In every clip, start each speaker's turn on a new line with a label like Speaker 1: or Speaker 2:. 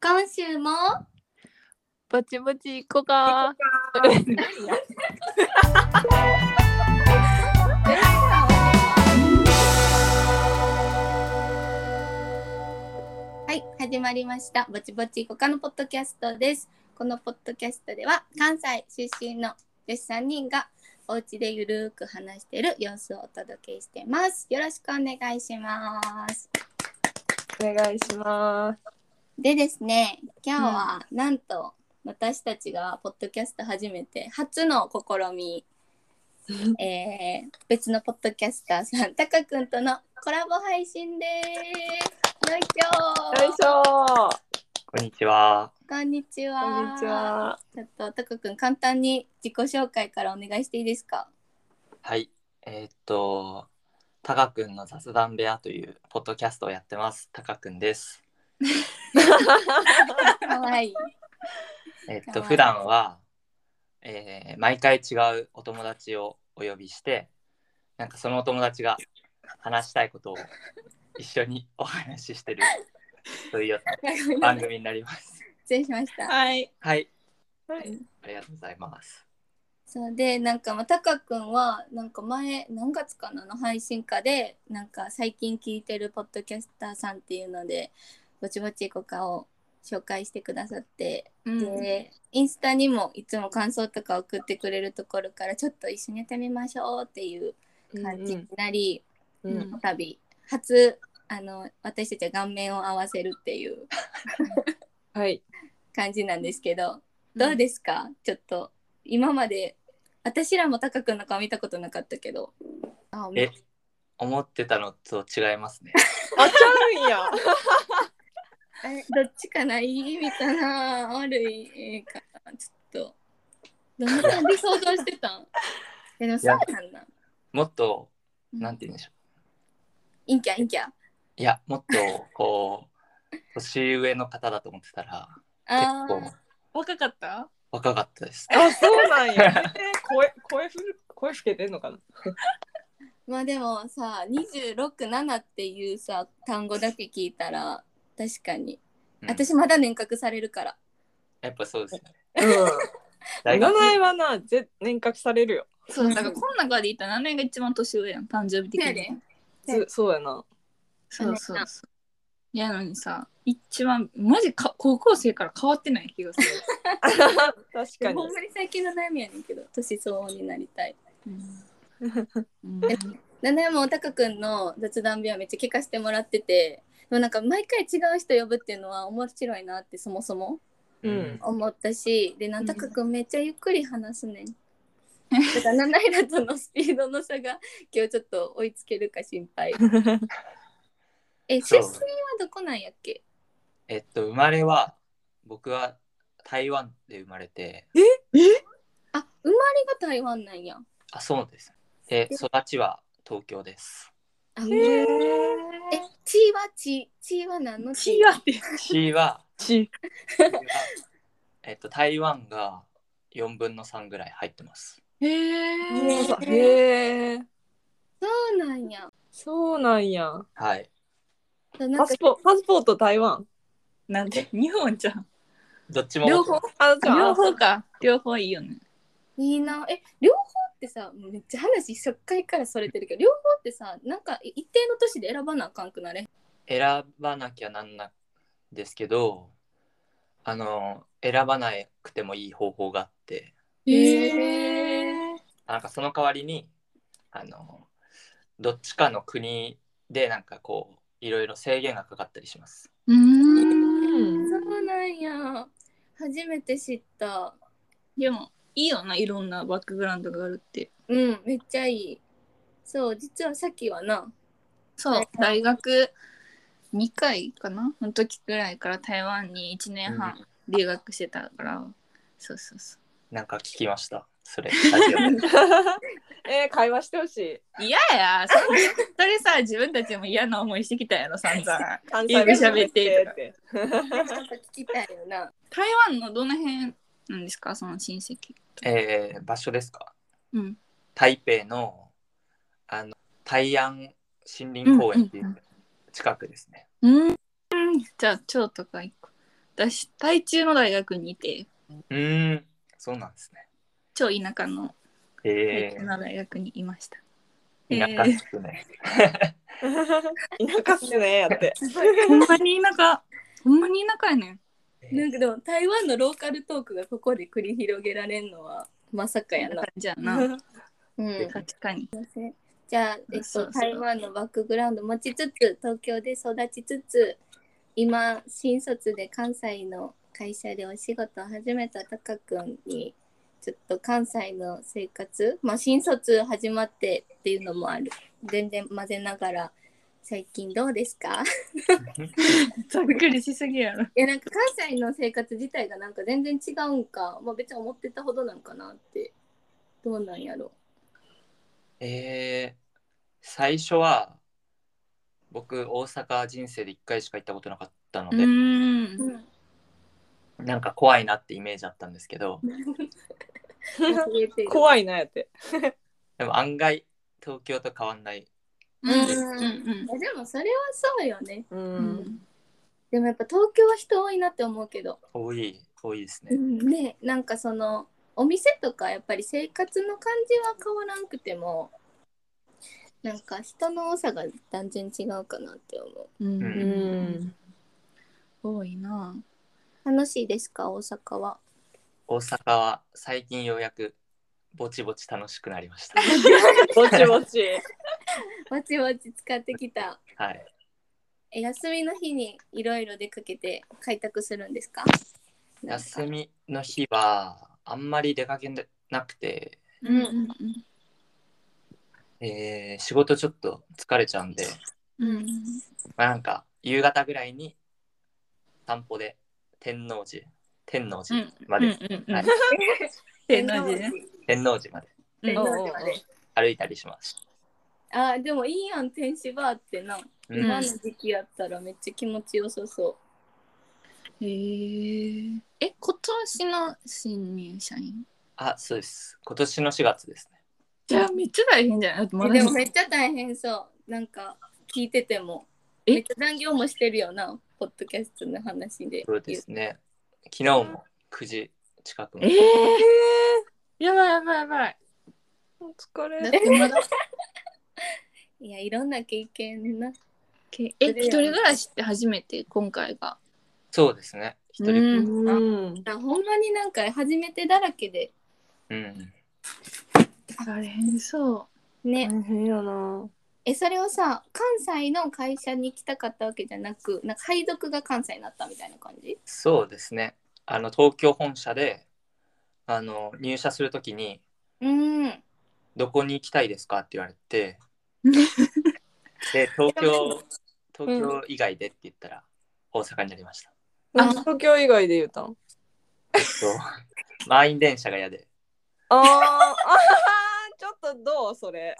Speaker 1: 今週も
Speaker 2: ぼちぼち行こうか。
Speaker 1: はい始まりましたぼちぼち他のポッドキャストですこのポッドキャストでは関西出身の女子3人がお家でゆるーく話している様子をお届けしてますよろしくお願いします
Speaker 2: お願いします。
Speaker 1: でですね今日はなんと私たちがポッドキャスト初めて初の試み、えー別のポッドキャスターさんたかくんとのコラボ配信ですよいしょ
Speaker 2: よいしょ。
Speaker 3: こんにちは。
Speaker 1: こんにちは
Speaker 2: こんにちは。
Speaker 1: ちょっとたかくん簡単に自己紹介からお願いしていいですか
Speaker 3: はい。えーっと、たかくんの雑談部屋というポッドキャストをやってます。たかくんです。
Speaker 1: かわいい
Speaker 3: えーっ
Speaker 1: か
Speaker 3: と、
Speaker 1: わいい
Speaker 3: 普段は、えー毎回違うお友達をお呼びして、なんかそのお友達が話したいことを一緒にお話ししてるというような番組になります。
Speaker 1: 失礼しました
Speaker 2: はい。
Speaker 3: はい。
Speaker 2: はい。
Speaker 3: ありがとうございます。
Speaker 1: そうでなんかまあたかくんはなんか前何月かなの配信かでなんか最近聞いてるポッドキャスターさんっていうのでぼちぼちこかを紹介してくださって、でインスタにもいつも感想とか送ってくれるところからちょっと一緒にやってみましょうっていう感じになり、
Speaker 2: う
Speaker 1: こ
Speaker 2: ん
Speaker 1: の度初あの私たちは顔面を合わせるっていう
Speaker 2: はい。
Speaker 1: 感じなんですけどどうですか、ちょっと今まで私らもタカ君の顔見たことなかったけどあ
Speaker 3: え、思ってたのと違いますね。
Speaker 2: あちゃうん や。
Speaker 1: えどっちかないい意味かな悪いええかなちょっとどんな感じ想像してたん えでもそうなんだ
Speaker 3: もっと、なんて言うんでしょう。
Speaker 1: 陰キャ陰キャ
Speaker 3: いや、もっとこう、年上の方だと思ってたら、結
Speaker 1: あー
Speaker 3: 構
Speaker 2: 若かった？
Speaker 3: 若かったです。
Speaker 2: あそうなんや。えー声声ふる声ふけてんのかな。
Speaker 1: まあでもさ267っていうさ単語だけ聞いたら確かに
Speaker 3: うん
Speaker 1: 私まだ年覚されるから
Speaker 3: やっぱそうですよね。
Speaker 2: うん。
Speaker 3: 大
Speaker 2: 名
Speaker 3: 学
Speaker 2: 前はな、ぜ年覚されるよ。
Speaker 4: そう、だからこの中で言ったら何年が一番年上やん、誕生日的
Speaker 1: そうや
Speaker 4: に
Speaker 1: で。
Speaker 2: ずそうやな。
Speaker 4: そうそうそう。いやのにさ、一番、マジか高校生から変わってない気がする。
Speaker 2: 確かに
Speaker 1: ほん。まに最近の悩みやねんけど年相応になりたい
Speaker 4: うん
Speaker 1: 七山おたかくんの雑談部屋めっちゃ聞かせてもらっててでもなんか毎回違う人呼ぶっていうのは面白いなってそもそも
Speaker 2: うん
Speaker 1: 思ったしでなんたかくんめっちゃゆっくり話すねん。だから七色とのスピードの差が 今日ちょっと追いつけるか心配。え出
Speaker 3: そ
Speaker 1: 身
Speaker 3: う
Speaker 1: はどこなんやっけ
Speaker 3: えっと、生まれは、僕は台湾で生まれて、
Speaker 1: あ生まれが台湾なんや。
Speaker 3: あ、そうです。で、育ちは東京です。
Speaker 1: あ
Speaker 2: へえ。
Speaker 1: え血は血血は何の
Speaker 4: 違うって。
Speaker 3: C は、
Speaker 2: ち。
Speaker 3: えっと、台湾が4分の3ぐらい入ってます。
Speaker 4: へえ。
Speaker 2: へえ。
Speaker 1: そうなんや。
Speaker 2: そうなんや。
Speaker 3: はい。
Speaker 1: そうなん
Speaker 2: パ
Speaker 1: か
Speaker 2: スポパスポート台湾。
Speaker 4: なんで、日本 じゃん。
Speaker 3: どっちも持
Speaker 4: 両
Speaker 3: ってま
Speaker 4: 方
Speaker 3: す。
Speaker 2: あじゃあ
Speaker 4: 両方か。両方いいよね。
Speaker 1: いいなえ両方ってさめっちゃ話初回からそれてるけど両方ってさなんか一定の年で選ばなあかんくなれへん
Speaker 3: 選ばなきゃなんなんですけど、あの、選ばなくてもいい方法があって、
Speaker 1: へ
Speaker 3: なんかその代わりにあのどっちかの国でなんかこういろいろ制限がかかったりします。
Speaker 4: うーん。
Speaker 2: うん
Speaker 1: そうなんや初めて知った
Speaker 4: でも、いいよな、いろんなバックグラウンドがあるって。
Speaker 1: うんめっちゃいいそう実はさっきは な
Speaker 4: そう、大学2回かなの時くらいから台湾に1年半
Speaker 3: うん
Speaker 4: 留学してたから、そうそうそ
Speaker 3: なんか聞きました。そ れ。ラジオで
Speaker 2: えー、会話してほしい。
Speaker 4: う。嫌ややそれそれさ、 自分たちも嫌な思いしてきたやろ、散々。
Speaker 2: 関
Speaker 4: 英語喋って
Speaker 2: って。
Speaker 1: なんか聞きたいよな
Speaker 4: 台湾のどの辺なんですか、その親戚。
Speaker 3: えー場所ですか
Speaker 4: うん。
Speaker 3: 台北のあの泰安森林公園ってい
Speaker 4: うんうん
Speaker 3: う近くですね。
Speaker 4: うん。じゃあ、超とか行く。私台中の大学にいて
Speaker 3: うーん、そうなんですね。
Speaker 4: 超田舎の
Speaker 3: え
Speaker 4: 台中の大学にいました、
Speaker 3: え
Speaker 4: え
Speaker 3: ー、田舎っすね。
Speaker 2: 田舎っすねやって。
Speaker 4: ほんまに田舎ほんまに田舎やねん
Speaker 1: なんかでも台湾のローカルトークがここで繰り広げられるのはまさかやな。
Speaker 4: じゃあな
Speaker 1: うん、
Speaker 4: 確かに
Speaker 1: じゃあ、えっ
Speaker 4: そ
Speaker 1: と、
Speaker 4: うそう
Speaker 1: 台湾のバックグラウンド持ちつつ東京で育ちつつ今新卒で関西の会社でお仕事を始めたタカ君にちょっと関西の生活、まあ、新卒始まってっていうのもある全然混ぜながら最近どうですか
Speaker 4: ざっくりしすぎやろ
Speaker 1: いやなんか関西の生活自体がなんか全然違うんか、まあ、別に思ってたほどなんかなってどうなんやろ
Speaker 3: えー、最初は僕大阪人生で1回しか行ったことなかったの
Speaker 4: う
Speaker 3: で、
Speaker 4: ーん
Speaker 1: ん
Speaker 3: なんか怖いなってイメージだったんですけど
Speaker 2: 怖いなやって。
Speaker 3: でも案外東京と変わんない
Speaker 4: うんうん
Speaker 1: でもそれはそうよね
Speaker 2: う。
Speaker 4: うんん
Speaker 1: でもやっぱ東京は人多いなって思うけど、
Speaker 3: 多い多いです
Speaker 1: う
Speaker 3: ね。
Speaker 1: ん、ねなんかそのお店とかやっぱり生活の感じは変わらんくてもなんか人の多さが断然違うかなって思う
Speaker 4: うん
Speaker 3: う
Speaker 2: うん。
Speaker 4: 多いな
Speaker 1: 楽しいですか大阪は
Speaker 3: 大阪は最近ようやくぼちぼち楽しくなりま した。
Speaker 2: ぼちぼち。
Speaker 1: わちわち使ってきた
Speaker 3: はい。
Speaker 1: え休みの日にいろいろ出かけて開拓するんですかなんか
Speaker 3: 休みの日はあんまり出かけなくて、
Speaker 4: うんうん
Speaker 3: えー仕事ちょっと疲れちゃうんで、
Speaker 4: うんうん
Speaker 3: まあ、なんか夕方ぐらいに散歩で天王寺天王寺まで、
Speaker 4: うん
Speaker 3: はい
Speaker 4: 天王寺ね
Speaker 3: 天王寺まで
Speaker 1: 天王寺まで
Speaker 3: 歩いたりします。
Speaker 1: あでもいいやん天使バーってな
Speaker 3: うん
Speaker 1: 今の時期やったらめっちゃ気持ちよさそう
Speaker 4: へええ今年の新入社員
Speaker 3: あそうです今年の4月ですね。
Speaker 4: じゃあめっちゃ大変じゃない
Speaker 1: えでもめっちゃ大変そうなんか聞いてても
Speaker 4: え
Speaker 1: めっちゃ残業もしてるよなポッドキャストの話で
Speaker 3: そうですね昨日も9時近くま
Speaker 4: え
Speaker 3: で
Speaker 4: えやばいやばいやばい
Speaker 2: お疲
Speaker 4: だっ
Speaker 2: れ。
Speaker 4: てまだ
Speaker 1: いやいろんな経験な
Speaker 4: けえ一人暮らしって初めて今回が
Speaker 3: そうですね一人
Speaker 4: う
Speaker 3: で
Speaker 2: うん。
Speaker 1: あほんまになんか初めてだらけで
Speaker 3: うん
Speaker 4: 大変そ
Speaker 1: ね、
Speaker 2: 大変やな。
Speaker 1: えそれをさ関西の会社に行きたかったわけじゃなくなんか配属が関西になったみたいな感じ
Speaker 3: そうですねあの東京本社であの入社するときに
Speaker 1: うん
Speaker 3: 「どこに行きたいですか?」って言われ て
Speaker 4: う
Speaker 3: で東京
Speaker 2: ん
Speaker 3: 東京以外でって言ったら大阪になりました。
Speaker 2: なんで東京以外で言うたん。
Speaker 3: えっと満員電車が嫌で
Speaker 2: あーあー。 ちょっとどうそれ。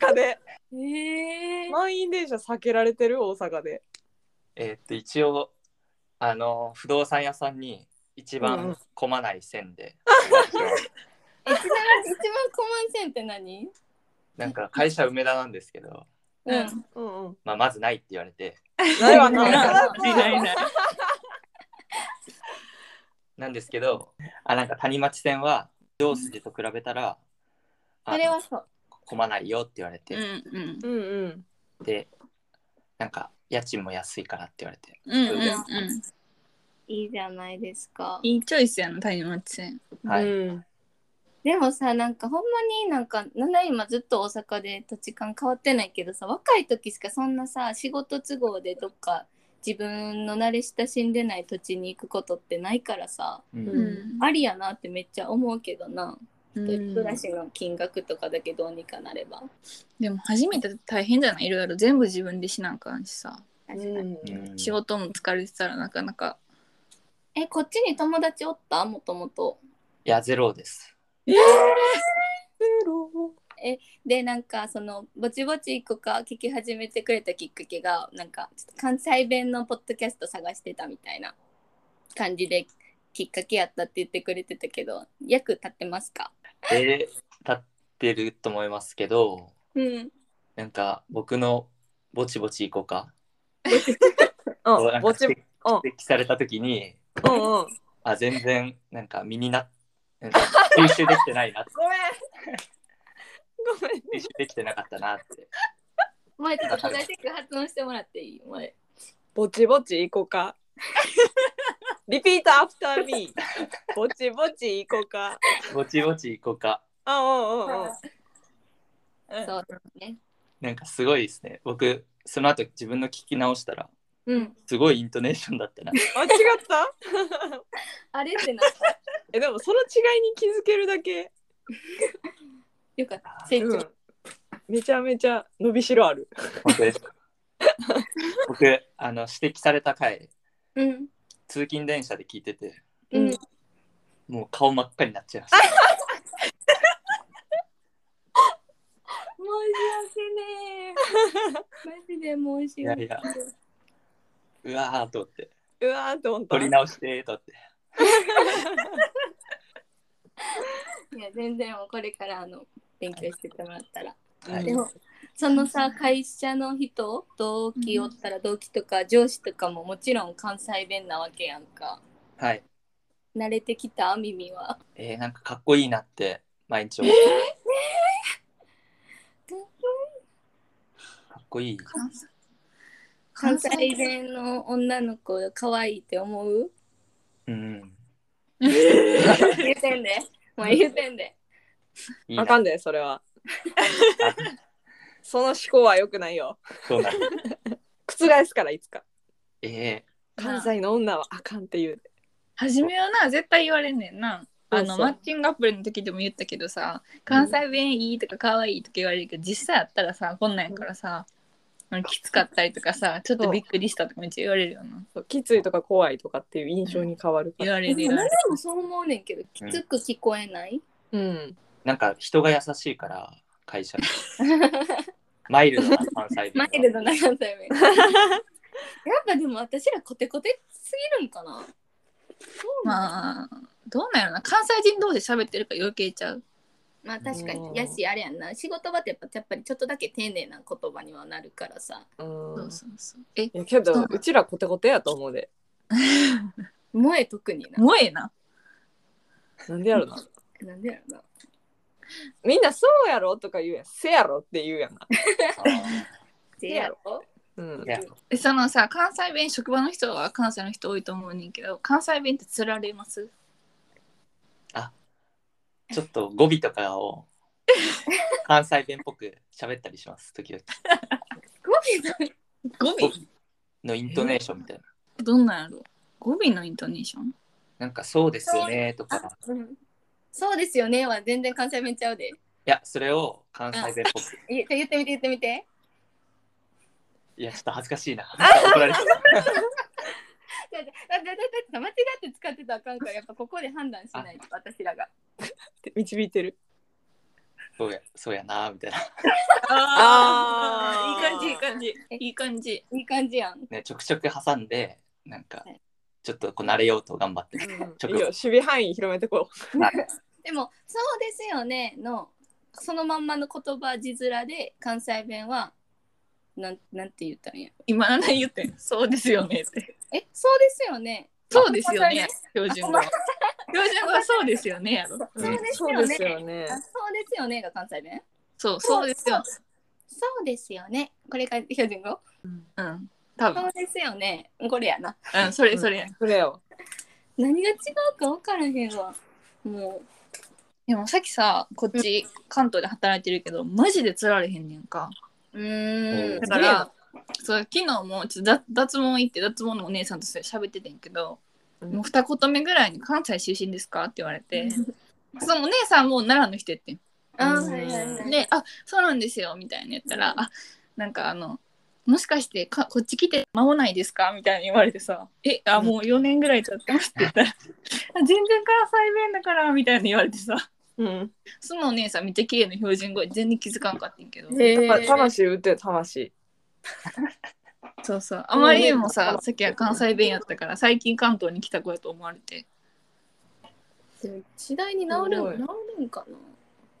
Speaker 2: 大阪 で。
Speaker 1: え
Speaker 2: 満員電車避けられてる大阪で。
Speaker 3: えっと一応あの不動産屋さんに一
Speaker 2: う
Speaker 3: 番
Speaker 2: ん
Speaker 3: 混まない線
Speaker 1: え
Speaker 3: で、
Speaker 1: ちなみに一番コマンセンって何
Speaker 3: なんか会社梅田なんですけど、
Speaker 1: う
Speaker 4: うん
Speaker 1: ん
Speaker 2: うんうん。
Speaker 3: まあ、まずないって言われて
Speaker 2: ないわ
Speaker 4: う
Speaker 2: な。
Speaker 4: ないない
Speaker 3: なんですけどあなんか谷町線は上筋と比べたら、あ
Speaker 1: それはそう
Speaker 3: 混まないよって言われ
Speaker 4: う
Speaker 3: て、
Speaker 4: んうん
Speaker 2: うんうん。
Speaker 3: でなんか家賃も安いからって言われて
Speaker 4: うんうんうん
Speaker 1: いいじゃないですか
Speaker 4: いいチョイスやな谷町線
Speaker 3: はい
Speaker 2: うん。
Speaker 1: でもさなんかほんまになんかなんだ今ずっと大阪で土地勘変わってないけどさ若い時しかそんなさ仕事都合でどっか自分の慣れ親しんでない土地に行くことってないからさ
Speaker 3: うん
Speaker 2: うん
Speaker 1: ありやなってめっちゃ思うけどな、
Speaker 4: う
Speaker 1: 一人暮ら
Speaker 4: ん
Speaker 1: しの金額とかだけどうにかなれば
Speaker 4: でも初めて大変じゃないいろいろ全部自分でしなあかんしさ
Speaker 1: 確かに、
Speaker 3: うん
Speaker 4: 仕事も疲れてたらなかなか
Speaker 1: えこっちに友達おったもともと
Speaker 3: いやゼロです
Speaker 4: ええ
Speaker 1: でなんかそのぼちぼち行くか聞き始めてくれたきっかけがなんかちょっと関西弁のポッドキャスト探してたみたいな感じできっかけやったって言ってくれてたけど役立ってますか
Speaker 3: で立ってると思いますけど
Speaker 1: うん
Speaker 3: なんか僕のぼちぼち行こうか
Speaker 2: う
Speaker 3: を
Speaker 2: ん
Speaker 3: な
Speaker 2: うんん。
Speaker 3: か
Speaker 2: ぼ
Speaker 3: 指
Speaker 2: ち
Speaker 3: 摘指摘された時に
Speaker 2: うんうん。
Speaker 3: あ全然なんか身にななんか吸収できてないな
Speaker 2: ごめん。ごめん。
Speaker 3: 吸収できてなかったなって
Speaker 1: 前ちょっと正しく発音してもらっていい前
Speaker 2: ぼちぼち行こうか。リピートアフターミー。ぼちぼち行こうか。
Speaker 3: ぼちぼち行こうか
Speaker 2: あ、うんうんうん。。
Speaker 1: そううね
Speaker 3: なんかすごいですね僕その後自分の聞き直したら
Speaker 1: うん
Speaker 3: すごいイントネーションだったな
Speaker 2: 間違った。
Speaker 1: あれってなった
Speaker 2: え、でも、その違いに気づけるだけ。
Speaker 1: よかった成長、
Speaker 2: うんめちゃめちゃ伸びしろある。
Speaker 3: 本当です僕あの指摘された回
Speaker 1: うん
Speaker 3: 通勤電車で聞いてて
Speaker 1: うん
Speaker 3: もう顔真っ赤になっちゃいました
Speaker 1: 申し訳ねえ。マジで申し訳
Speaker 3: いやうわーと思って
Speaker 2: うわーと思った。
Speaker 3: 撮り直してーと思って
Speaker 1: いや全然もうこれからあの勉強してってもらったら。
Speaker 3: はい
Speaker 1: でもそのさ会社の人同期おったら同期とか上司とかももちろん関西弁なわけやんか。
Speaker 3: はい
Speaker 1: 慣れてきた耳は。
Speaker 3: えー、なんかかっこいいなって毎日思って
Speaker 1: えーね
Speaker 3: かっこいい
Speaker 4: 関西
Speaker 1: 関西弁の女の子可愛いって思 う
Speaker 3: うん
Speaker 1: 言うてんで。もう言うてんで。
Speaker 3: いい
Speaker 2: あ
Speaker 3: な
Speaker 2: かんで、それは。その思考は良くないよ。
Speaker 3: そうなんだ
Speaker 2: 覆すから、いつか。
Speaker 3: え
Speaker 2: 関西の女はあかんっていう。
Speaker 4: 初めはな絶対言われんねんなあ
Speaker 2: そう
Speaker 4: の
Speaker 2: そう
Speaker 4: マッチングアプリの時でも言ったけどさ関西弁いいとか可愛いとか言われるけど実際あったらさこんなんやからさきつかったりとかさちょっとびっくりしたとかめっちゃ言われるよな
Speaker 2: そうきついとか怖いとかっていう印象に変わるか
Speaker 4: 言
Speaker 2: ら。
Speaker 4: われ
Speaker 1: で
Speaker 4: る
Speaker 1: も
Speaker 4: よな
Speaker 1: 何でもそう思うねんけどきつく聞こえない、
Speaker 2: うん。
Speaker 3: ー、なんか人が優しいから会社にマイルドな関西弁
Speaker 1: マイルドな関西弁。 やっぱでも私らコテコテすぎるんかな。そうなん
Speaker 4: まあどうなんやろな関西人同士喋ってるから余計ちゃう
Speaker 1: まあ確か
Speaker 2: う
Speaker 1: に。
Speaker 2: ん
Speaker 1: やし、あれやんな。仕事場ってやっぱやっぱりちょっとだけ丁寧な言葉にはなるからさ。
Speaker 2: う
Speaker 4: そ
Speaker 2: ん
Speaker 4: う。そうそうえ
Speaker 2: いやけ
Speaker 4: そう
Speaker 2: ど
Speaker 4: なの
Speaker 2: うちらコテコテやと思うで。
Speaker 1: 萌え特にな。
Speaker 4: 萌えな
Speaker 2: なんでやろな。
Speaker 1: なんでやろな。
Speaker 2: みんなそうやろとか言うやん。せやろって言うやんな。
Speaker 1: せやろ
Speaker 2: うん
Speaker 3: い。や
Speaker 4: えそのさ関西弁職場の人は関西の人多いと思うねんけど関西弁ってつられます
Speaker 3: ちょっと語尾とかを関西弁っぽく喋ったりします時々
Speaker 1: 語尾の
Speaker 4: 語
Speaker 3: 尾のイントネーションみたいな
Speaker 4: どんなんやろ語尾のイントネーション
Speaker 3: なんかそうですよねとか
Speaker 1: うんそうですよねは全然関西弁ちゃうで。
Speaker 3: いやそれを関西弁っぽく
Speaker 1: え言ってみて言ってみて。
Speaker 3: いやちょっと恥ずかしいな怒られそう
Speaker 1: だってだってだって間違って使ってたらあかんからやっぱここで判断しないと私らが。
Speaker 2: って導いてる。
Speaker 3: そうやそうやなみたいな
Speaker 2: あー
Speaker 4: いい感じいい感じいい感じ
Speaker 1: いい感じやん。
Speaker 3: ねちょくちょく挟んでなんか
Speaker 1: はい
Speaker 3: ちょっとこう慣れようと頑張って
Speaker 2: いいよ守備範囲広めてこ
Speaker 1: でも「そうですよね」のそのまんまの言葉字面で関西弁はなんなんて言ったんや
Speaker 4: 今何言ってんそうですよね って
Speaker 1: えそうですよね
Speaker 4: そうですよね
Speaker 1: あ
Speaker 4: 標準 語標準語はそうですよねやろ
Speaker 2: う。
Speaker 1: そうですよね
Speaker 2: そうですよね
Speaker 1: あ。そうですよねが関西弁
Speaker 4: そうそうですよ
Speaker 1: そうですよねこれが標準語
Speaker 4: うん多分
Speaker 1: そうですよねこれやな
Speaker 4: うんそれそれ
Speaker 2: それよ。
Speaker 1: 何が違うか分からへんわも
Speaker 4: でもさっきさこっち関東で働いてるけどマジでつられへんねんか
Speaker 1: ううーん
Speaker 3: だ
Speaker 4: だからそう昨日もちょっとだ脱毛行って脱毛のお姉さんとそれ喋っててんけど、
Speaker 2: うん
Speaker 4: もう二言目ぐらいに「関西出身ですか?」って言われてそのお姉さんも奈良の人やってん
Speaker 1: あーはいはいはい
Speaker 4: で「あそうなんですよ」みたいな言ったら「あなんかあのもしかしてかこっち来て間もないですか?」みたいに言われてさ「えあもう4年ぐらい経ってます」って言ったら「 あ全然関西弁だから」みたいに言われてさ
Speaker 2: うん。
Speaker 4: そのお姉さんめっちゃ綺麗な標準語で全然気づかんかってんけど
Speaker 1: へー
Speaker 2: た魂打って魂。
Speaker 4: そうそうあまりにもささっきは関西弁やったから最近関東に来た子やと思われて
Speaker 1: でも次第に治る
Speaker 2: す
Speaker 1: ん
Speaker 2: ごい
Speaker 1: 治るんか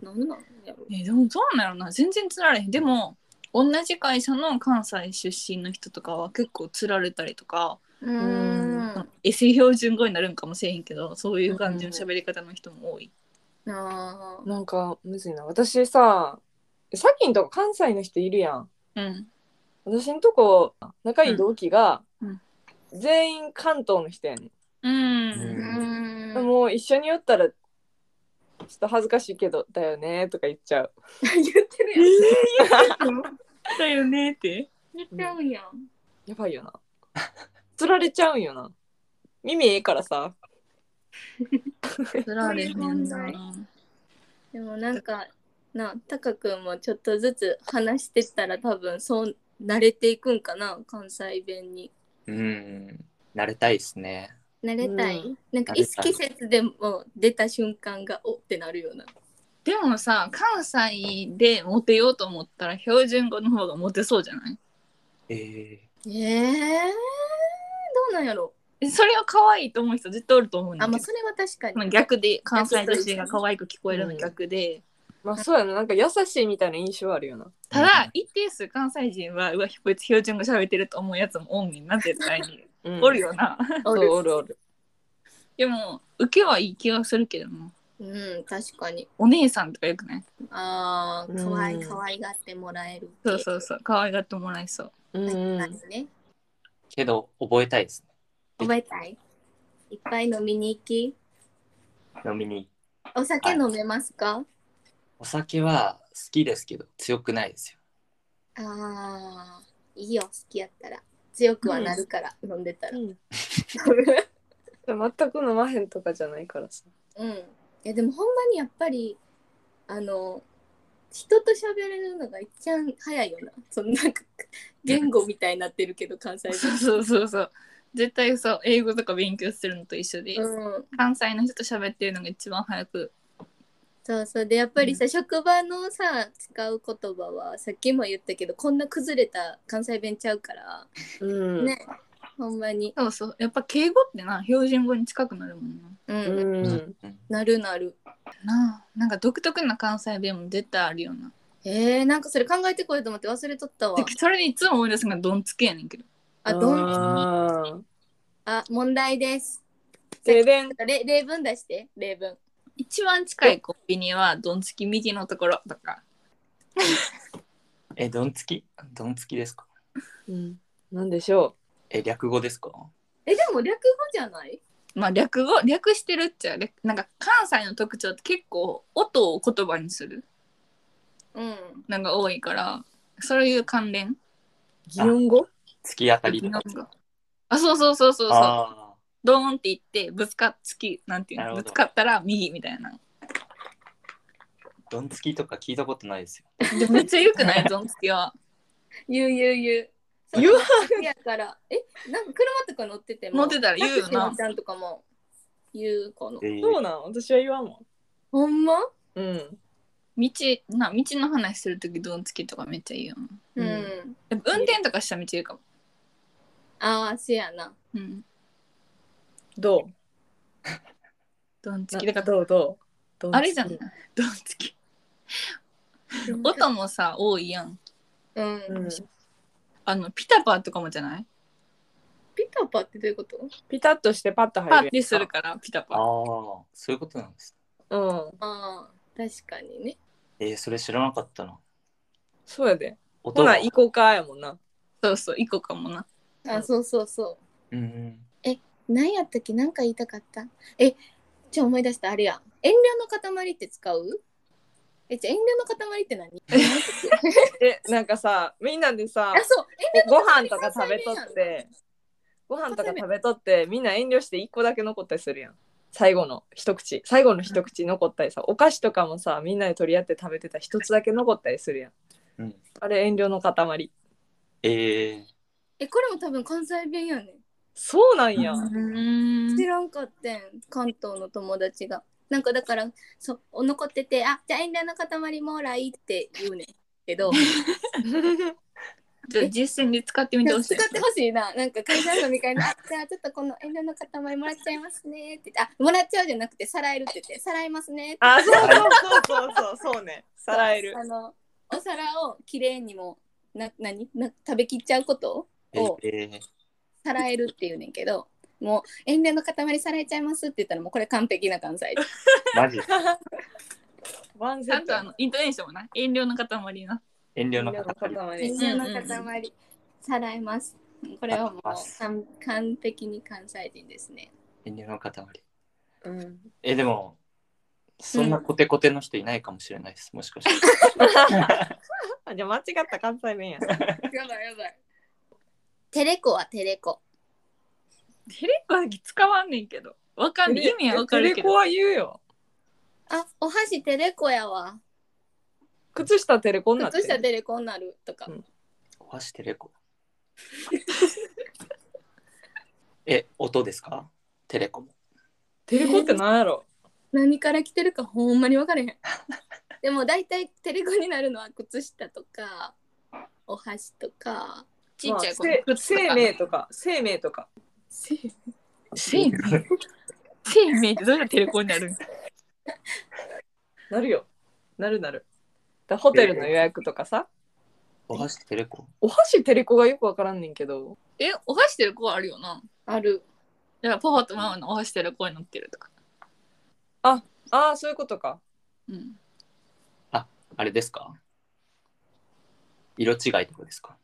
Speaker 1: な治るなんやろ
Speaker 4: えでもどうなのな全然つられへんでも同じ会社の関西出身の人とかは結構つられたりとか
Speaker 1: う。
Speaker 4: うんエセ標準語になるんかもしれへんけどそういう感じの喋り方の人も多い。
Speaker 1: あ
Speaker 2: なんかむずいな私ささっきんとこ関西の人いるやん
Speaker 4: うん、
Speaker 2: 私んとこ仲いい同期が、
Speaker 4: うん
Speaker 2: 全員関東の人やねん、
Speaker 4: うん
Speaker 1: ーうん。
Speaker 2: もう一緒におったらちょっと恥ずかしいけどだよねとか言っちゃう
Speaker 1: 言ってるやん。
Speaker 4: だよねって。
Speaker 1: 言っちゃうやん。
Speaker 2: やばい よなつられちゃうんよな耳ええからさ
Speaker 4: そられへんな。
Speaker 1: でもなんかなタカ君もちょっとずつ話してったら多分そう慣れていくんかな関西弁に
Speaker 3: うん。慣れたいですね。
Speaker 1: 慣れたい、
Speaker 2: う
Speaker 1: なんか意識節でも出た瞬間がおってなるような
Speaker 4: でもさ関西でモテようと思ったら標準語の方がモテそうじゃない
Speaker 3: ええ
Speaker 1: えー、どうなんやろ
Speaker 4: えそれを可愛いと思う人絶対おると思うねん
Speaker 1: あ
Speaker 4: だ
Speaker 1: ま
Speaker 4: け
Speaker 1: あ
Speaker 4: ど
Speaker 1: それは確かに、
Speaker 4: まあ逆で関西女子が可愛く聞こえるの逆で、
Speaker 2: まあそうやななんか優しいみたいな印象あるよな
Speaker 4: た
Speaker 3: うん
Speaker 4: だ一定数関西人はうわこいつ標準語喋ってると思うやつもおんねんな絶対に
Speaker 2: うん
Speaker 4: おるよな
Speaker 2: そ
Speaker 1: お
Speaker 2: う
Speaker 1: る
Speaker 2: おるおる
Speaker 4: でも受けはいい気がするけどな
Speaker 1: うん確かに
Speaker 4: お姉さんとかよくない
Speaker 1: あーかわい
Speaker 2: うん
Speaker 1: 可愛がってもらえる
Speaker 4: そうそう
Speaker 1: う
Speaker 4: そう可愛がってもらえそう
Speaker 2: うんうん
Speaker 1: 確かにね
Speaker 3: けど、覚えたいです
Speaker 1: 覚えたいいっぱい飲みに行き
Speaker 3: ね。飲みに。
Speaker 1: お酒飲めますか、
Speaker 3: お酒は好きですけど、強くないですよ。
Speaker 1: ああ、いいよ、好きやったら。強くはなるから、飲んでたら。
Speaker 2: 全く飲まへんとかじゃないからさ
Speaker 1: うん。いや、でもほんまにやっぱり、あの、人と喋れるのが一番早いよな。そのなんか、言語みたいになってるけど、関西
Speaker 4: そう
Speaker 1: 弁。
Speaker 4: そうそうそう絶対そう英語とか勉強するのと一緒で、
Speaker 1: うん、
Speaker 4: 関西の人と喋ってるのが一番早く
Speaker 1: そうそうでやっぱりさ、職場のさ使う言葉はさっきも言ったけどこんな崩れた関西弁ちゃうから
Speaker 2: うん
Speaker 1: ねほんまに、
Speaker 4: そうそうやっぱ敬語ってな標準語に近くなるもんな
Speaker 1: うん
Speaker 2: うん
Speaker 3: うん
Speaker 1: なるなる
Speaker 4: なあなんか独特な関西弁も絶対あるよな
Speaker 1: えー、なんかそれ考えてこようと思って忘れとったわ
Speaker 4: でそれでいつも思い出すのがドンつけやねんけど
Speaker 1: あどん
Speaker 2: あー
Speaker 1: あ問題です
Speaker 2: 停電
Speaker 1: れ例文出して例文
Speaker 4: 一番近いコンビニはドンつき右のところとか
Speaker 3: え、どんつきどんつきですか
Speaker 2: うんなんでしょ
Speaker 3: え、略語ですか
Speaker 1: えでも略語じゃない
Speaker 4: まあ略語略してるっちゃ略なんか関西の特徴って結構音を言葉にする
Speaker 1: うん
Speaker 4: のが多いからそういう関連
Speaker 2: う擬音語
Speaker 3: 突き当たりとか
Speaker 4: なんかあそうそうそうそうそう
Speaker 3: あ
Speaker 4: ドーンって言ってぶつかっつきなんていう
Speaker 3: なる
Speaker 4: の
Speaker 3: ほ
Speaker 4: ぶ
Speaker 3: ど
Speaker 4: つかったら右みたいな
Speaker 3: あ、どんつきとか聞いたことないですよ。
Speaker 4: でめっちゃよくないドンつきは
Speaker 1: 言う言う言うそう
Speaker 2: 言わ
Speaker 1: やからえなんか車とか乗ってても
Speaker 4: 乗ってたら言う
Speaker 1: タ
Speaker 4: よな
Speaker 1: クシーのおっちゃんとかも言うかな
Speaker 3: えー
Speaker 2: そうなん私は言わんも
Speaker 1: ほんま
Speaker 2: んうん
Speaker 4: 道な道の話するときドンつきとかめっちゃ言うよな
Speaker 1: うん、
Speaker 2: うん
Speaker 4: でも運転とかしたらめっちゃ言うかも
Speaker 1: ああせやな
Speaker 4: うん
Speaker 2: どう
Speaker 4: ドンつ
Speaker 2: な
Speaker 4: きだから
Speaker 2: どうどうどう
Speaker 4: あれじゃんドンつき音もさ多いやん
Speaker 1: うん、
Speaker 2: うん
Speaker 4: あのピタパとかもじゃない
Speaker 1: ピタパってどういうこと
Speaker 2: ピタッとしてパッと入る
Speaker 4: パ
Speaker 2: やん
Speaker 4: ッてするからピタ
Speaker 3: ああ
Speaker 4: パ、
Speaker 3: そういうことなんです。
Speaker 2: うん
Speaker 1: ああ確かにね
Speaker 3: えー、それ知らなかったな。
Speaker 2: そうやで
Speaker 3: 音
Speaker 2: ほ
Speaker 3: が
Speaker 2: ら行こうかやもんな
Speaker 4: そうそう一個かもな
Speaker 1: あそうそうそ
Speaker 3: うんうん。
Speaker 1: う何やったっけなんか言いたかったえじゃ思い出したあれや遠慮の塊って使うえじゃ遠慮の塊って何何やったっけ
Speaker 2: えなんかさみんなでさ
Speaker 1: あそう
Speaker 2: ご飯とか食べとってご飯とか食べとってみんな遠慮して1個だけ残ったりするやん最後の一口最後の一口残ったりさお菓子とかもさみんなで取り合って食べてた一つだけ残ったりするやん
Speaker 3: うん、
Speaker 2: あれ遠慮の塊
Speaker 3: えー、
Speaker 1: えこれも多分関西弁やね
Speaker 2: そうなんや、
Speaker 4: うん
Speaker 1: ん知らんかってん関東の友達がなんかだからそうお残ってて「あじゃあ遠慮の塊もらい」って言うねんけ ど
Speaker 4: じゃあ実践で使ってみて
Speaker 1: 使
Speaker 4: ほ
Speaker 1: っ
Speaker 4: しい
Speaker 1: てほしいななんか会社の飲み会の「あじゃあちょっとこの遠慮の塊もらっちゃいますね」って言って「あもらっちゃう」じゃなくて「さらえる」って言って「さらえますね」って
Speaker 2: あそうそうそうそうそうねさらえる
Speaker 1: あのお皿をきれいにもな何な食べきっちゃうこと
Speaker 3: えー
Speaker 1: を
Speaker 3: えー
Speaker 1: さらえるっていうねんけどもう遠慮の塊さらえちゃいますって言ったらもうこれ完璧な関西人
Speaker 3: マジ
Speaker 2: ワンセ
Speaker 4: ちゃ
Speaker 2: ッ
Speaker 4: んとあ
Speaker 2: ト
Speaker 4: のイントネーションもな遠慮の塊な
Speaker 3: 遠慮の
Speaker 2: みんな
Speaker 3: 塊
Speaker 2: の塊
Speaker 1: 遠慮の塊さらえますこれはもう完完璧に関西人ですね
Speaker 3: 遠慮の塊
Speaker 2: うん
Speaker 3: えでもそんなコテコテの人いないかもしれないですもしかして
Speaker 2: あじゃあ間違った関西弁や
Speaker 1: やばいやばいテレコはテレコ
Speaker 4: テレコは使わんねんけどわかんねん意味はわか
Speaker 2: テ
Speaker 4: るけ
Speaker 2: レコ
Speaker 4: ど
Speaker 2: は言うよ
Speaker 1: あお箸テレコやわ
Speaker 2: 靴下テレコになって
Speaker 1: 靴下テレコになるとか、
Speaker 2: うん
Speaker 3: お箸テレコ え音ですかテレコも
Speaker 2: テレコってなんやろ
Speaker 1: 何から来てるかほんまに分からへんでも大体テレコになるのは靴下とかお箸とか
Speaker 4: ちっちゃい子
Speaker 2: まあせ生命とか生命とか
Speaker 1: せ
Speaker 4: 生命生命ってどうやってテレコになるん
Speaker 2: なるよなるなるだホテルの予約とかさ
Speaker 3: お箸テレコ
Speaker 2: お箸テレコがよくわからんねんけど
Speaker 4: えお箸してる子あるよな
Speaker 1: ある
Speaker 4: だからパパとママのお箸してる子になってるとか
Speaker 2: ああそういうことか
Speaker 4: うん
Speaker 3: あれですか色違いとかですか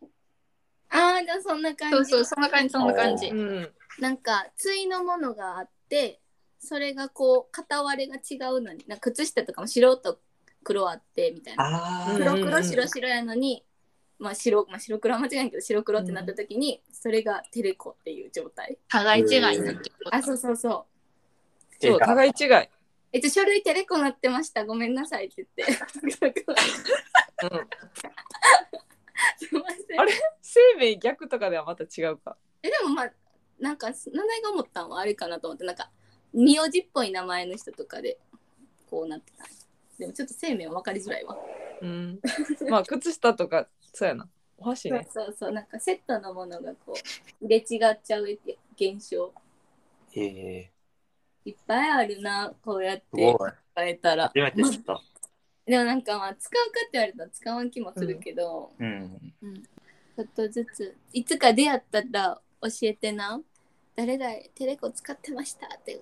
Speaker 1: あーじゃあそんな感じ
Speaker 4: そうそうそんな感じそんな感じ
Speaker 2: うん
Speaker 1: なんか対のものがあってそれがこう片割れが違うのになんか靴下とかも白と黒あってみたいな
Speaker 3: あ
Speaker 2: ー
Speaker 1: 黒
Speaker 2: うんうんう
Speaker 1: 黒
Speaker 2: ん
Speaker 1: 白白やのに、まあ白まあ、白黒は間違いないけど白黒ってなった時に、それがテレコっていう状態
Speaker 4: 互い違いになってること
Speaker 1: あそうそうそう
Speaker 2: そう互い違い
Speaker 1: えっと、書類テレコなってました。ごめんなさいって 言 って。
Speaker 2: うん
Speaker 1: すいません。
Speaker 2: あれ生命逆とかではまた違うか
Speaker 1: え、でもまあ、なんか、名前が思ったのはあれかなと思って、なんか、名字っぽい名前の人とかで、こうなってた。でもちょっと生命は分かりづらいわ。
Speaker 2: うんまあ靴下とかそうやなお箸
Speaker 1: そう
Speaker 2: ね
Speaker 1: そうそう、なんかセットのものがこう、入れ違っちゃう現象。
Speaker 3: ええ
Speaker 1: いっぱいあるな、こうやっ
Speaker 3: ー、す
Speaker 1: て
Speaker 3: ごい
Speaker 1: 変えたら。
Speaker 3: 初めて
Speaker 1: まあ
Speaker 3: 知った、
Speaker 1: でもなんかまあ、使うかって言われたら使わん気もするけど。
Speaker 3: うん
Speaker 1: ちょっとずついつか出会ったら教えてな誰々テレコ使ってましたって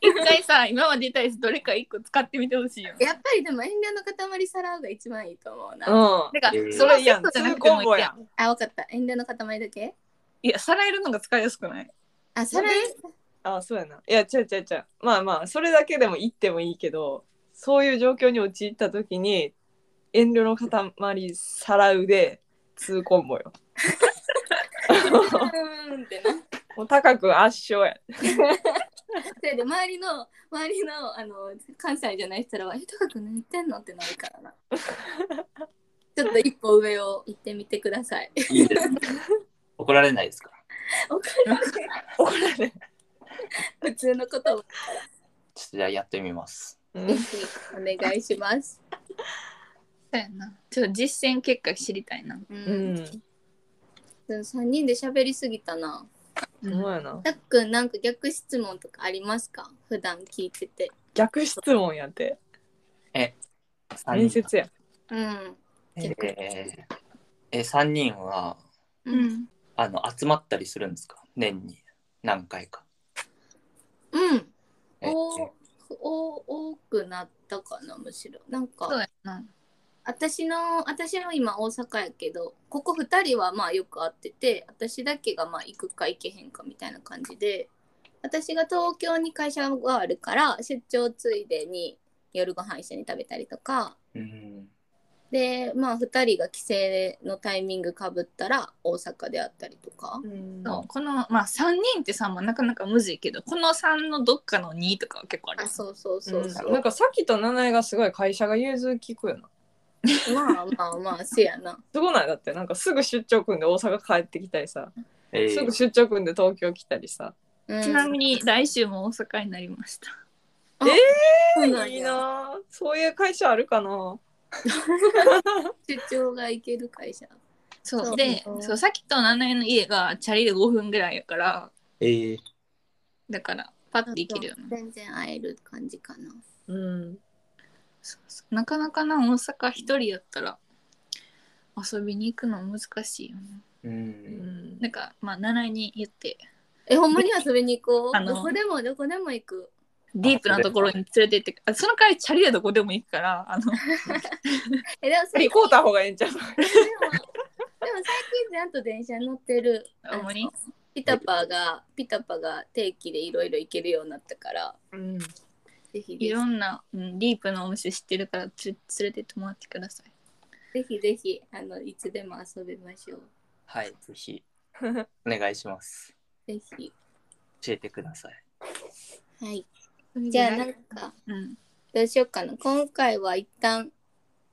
Speaker 4: 一回さ今までいたやつどれか一個使ってみてほしいよ
Speaker 1: やっぱりでも遠慮の塊さらうが一番いいと思うな、
Speaker 2: うん
Speaker 4: だから、
Speaker 3: えー
Speaker 2: それいいやん
Speaker 4: そセットじゃな
Speaker 2: 2
Speaker 4: く
Speaker 2: コ
Speaker 4: ても
Speaker 2: ン
Speaker 4: いい
Speaker 2: ボ
Speaker 4: や
Speaker 2: や
Speaker 4: ん
Speaker 2: ん
Speaker 1: あわかった遠慮の塊だけ
Speaker 4: いやさらえるのが使いやすくない
Speaker 1: あさらえ
Speaker 2: あそうやないや違う違う違うまあまあそれだけでも言ってもいいけどそういう状況に陥った時に遠慮の塊さらうで2コンボよ
Speaker 1: うーんってな
Speaker 2: もう高く圧勝や
Speaker 1: それで周りの周りのあの関西じゃない人らは「え高く何言ってんの?」ってなるからなちょっと一歩上を行ってみてください
Speaker 3: いいですね怒られないですか
Speaker 1: おかしい
Speaker 2: 怒られる
Speaker 1: 普通のことを
Speaker 3: ちょっとじゃあやってみます
Speaker 1: ぜひお願いします、
Speaker 4: そうやなちょっと実践結果知りたいな
Speaker 1: う、
Speaker 2: うんん
Speaker 1: 3人で喋りすぎたな
Speaker 2: そうやな
Speaker 1: たっくんなんか逆質問とかありますか普段聞いてて
Speaker 2: 逆質問やって面接や
Speaker 1: うん
Speaker 3: えーえ3人は
Speaker 1: う、
Speaker 4: うんん
Speaker 3: あの集まったりするんですか年に何回か
Speaker 1: うん、
Speaker 3: え
Speaker 1: おお多くなったかなむしろなん
Speaker 4: そう
Speaker 1: か
Speaker 4: やな
Speaker 1: 私の私も今大阪やけどここ2人はまあよく会ってて私だけがまあ行くか行けへんかみたいな感じで私が東京に会社があるから出張ついでに夜ご飯一緒に食べたりとか
Speaker 3: うん
Speaker 1: でまあ2人が帰省のタイミングかぶったら大阪であったりとか
Speaker 2: うん
Speaker 4: そうこのまあ3人ってさ、まあ、なかなかむずいけどこの3のどっかの2とかは結構ある
Speaker 1: あそうそうそうそう、
Speaker 2: なんかさっきと七重がすごい会社が融通きくよな
Speaker 1: まあまあまあせやな
Speaker 2: すごないだってなんかすぐ出張組んで大阪帰ってきたりさ、
Speaker 3: え
Speaker 2: すぐ
Speaker 3: ー、
Speaker 2: 出張組んで東京来たりさ
Speaker 1: うん
Speaker 4: ちなみに来週も大阪になりました
Speaker 1: あそうなんや
Speaker 2: いいなあそういう会社あるかな
Speaker 1: 出張が行ける会社
Speaker 4: そう
Speaker 1: そう
Speaker 4: でそうさっきと七重の家がチャリで5分ぐらいやから
Speaker 3: えー
Speaker 4: だからパッて行けるよな
Speaker 1: 全然会える感じかな
Speaker 2: うん
Speaker 4: そうそうなかなかな大阪一人やったら遊びに行くの難しいよね
Speaker 3: う。
Speaker 2: うんん
Speaker 4: なんかまあ習いに言って
Speaker 1: えほんまに遊びに行こう
Speaker 4: あの
Speaker 1: どこでもどこでも行く
Speaker 4: ディープなところに連れてってあその代わりチャリでどこでも行くからあの
Speaker 1: えでも最
Speaker 2: 行こうた方がええんちゃう
Speaker 1: でもでも最近ちゃんと電車乗ってる
Speaker 4: あんまり
Speaker 1: あのピタパがピタパが定期でいろいろ行けるようになったから
Speaker 2: うん
Speaker 1: ぜひ
Speaker 4: い
Speaker 1: ぜ
Speaker 4: ろんな、うん、ディープなお店知ってるからつ連れてってもらってください
Speaker 1: ひぜひぜひあのいつでも遊びましょう
Speaker 3: はい、ぜひ お願いします。
Speaker 1: ぜひ
Speaker 3: 教えてください。
Speaker 1: はいじゃあなんか
Speaker 4: うん
Speaker 1: どうしようかな今回は一旦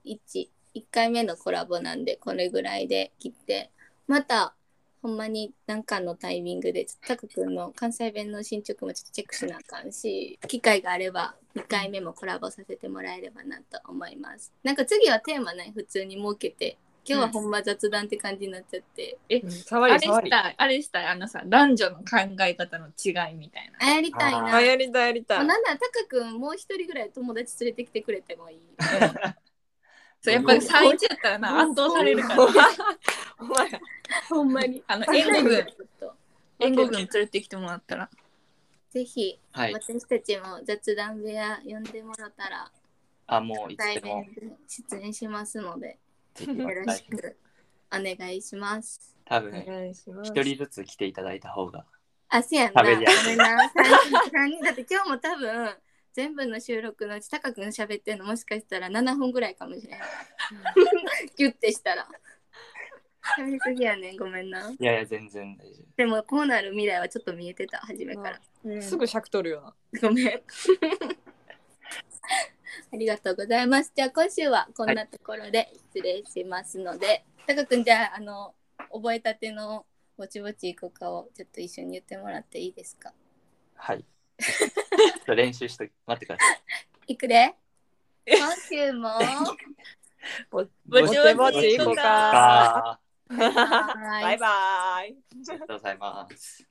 Speaker 1: 11回目のコラボなんでこれぐらいで切ってまたほんまに何かのタイミングでちょっとタク君の関西弁の進捗もちょっとチェックしなあかんし機会があれば2回目もコラボさせてもらえればなと思いますなんか次はテーマない普通に設けて今日はほんま雑談って感じになっちゃって、
Speaker 2: うん触
Speaker 4: あれ
Speaker 2: り
Speaker 4: し
Speaker 2: 触り
Speaker 4: たいあれしたいあのさ男女の考え方の違いみたいな
Speaker 1: あやりたいな
Speaker 2: あやりたいやりた
Speaker 1: も
Speaker 2: いう
Speaker 1: なんならタク君もう一人ぐらい友達連れてきてくれてもいい
Speaker 4: そうやっぱり最一やったらな圧倒されるから
Speaker 2: お前ら
Speaker 1: ほんま に
Speaker 4: あの援護軍援護軍
Speaker 2: わ
Speaker 4: 連れてきてもらったら
Speaker 1: ぜひ
Speaker 3: はい。
Speaker 1: 私たちも雑談部屋呼んでもらったら
Speaker 3: あ、もういつ
Speaker 1: 対
Speaker 3: でも
Speaker 1: 面で出演しますので
Speaker 3: ぜひ
Speaker 1: よ
Speaker 3: ま
Speaker 1: ろ
Speaker 3: た
Speaker 1: し くお願いします。
Speaker 3: 多
Speaker 2: お
Speaker 3: 分
Speaker 2: 願いします
Speaker 3: 一人ずつ来ていただいた方が。
Speaker 1: あせやんな。
Speaker 3: 食
Speaker 1: ごめ
Speaker 3: べり
Speaker 1: ん
Speaker 3: ゃ
Speaker 1: な。三人三人だって今日も多分全部の収録のうち高くん喋ってるのもしかしたら7分ぐらいかもし れない。ギュッてしたら。喋りすぎやねんごめんな。
Speaker 3: いやいや、全然大丈
Speaker 1: でもこうなる未来はちょっと見えてた初めから。
Speaker 2: うんすぐ尺取るよな
Speaker 1: ごめん。ありがとうございます。じゃあ今週はこんなところで失礼しますので、たかくんじゃああの覚えたてのぼちぼちいこかをちょっと一緒に言ってもらっていいですか。
Speaker 3: 夫。は い。ちょっと練習しとき、待ってください。
Speaker 1: いくで。今週も
Speaker 2: ぼ
Speaker 4: ぼちぼち
Speaker 2: ぼち行こうか
Speaker 3: あ
Speaker 1: バ
Speaker 2: バイバイ
Speaker 3: りがとうございます。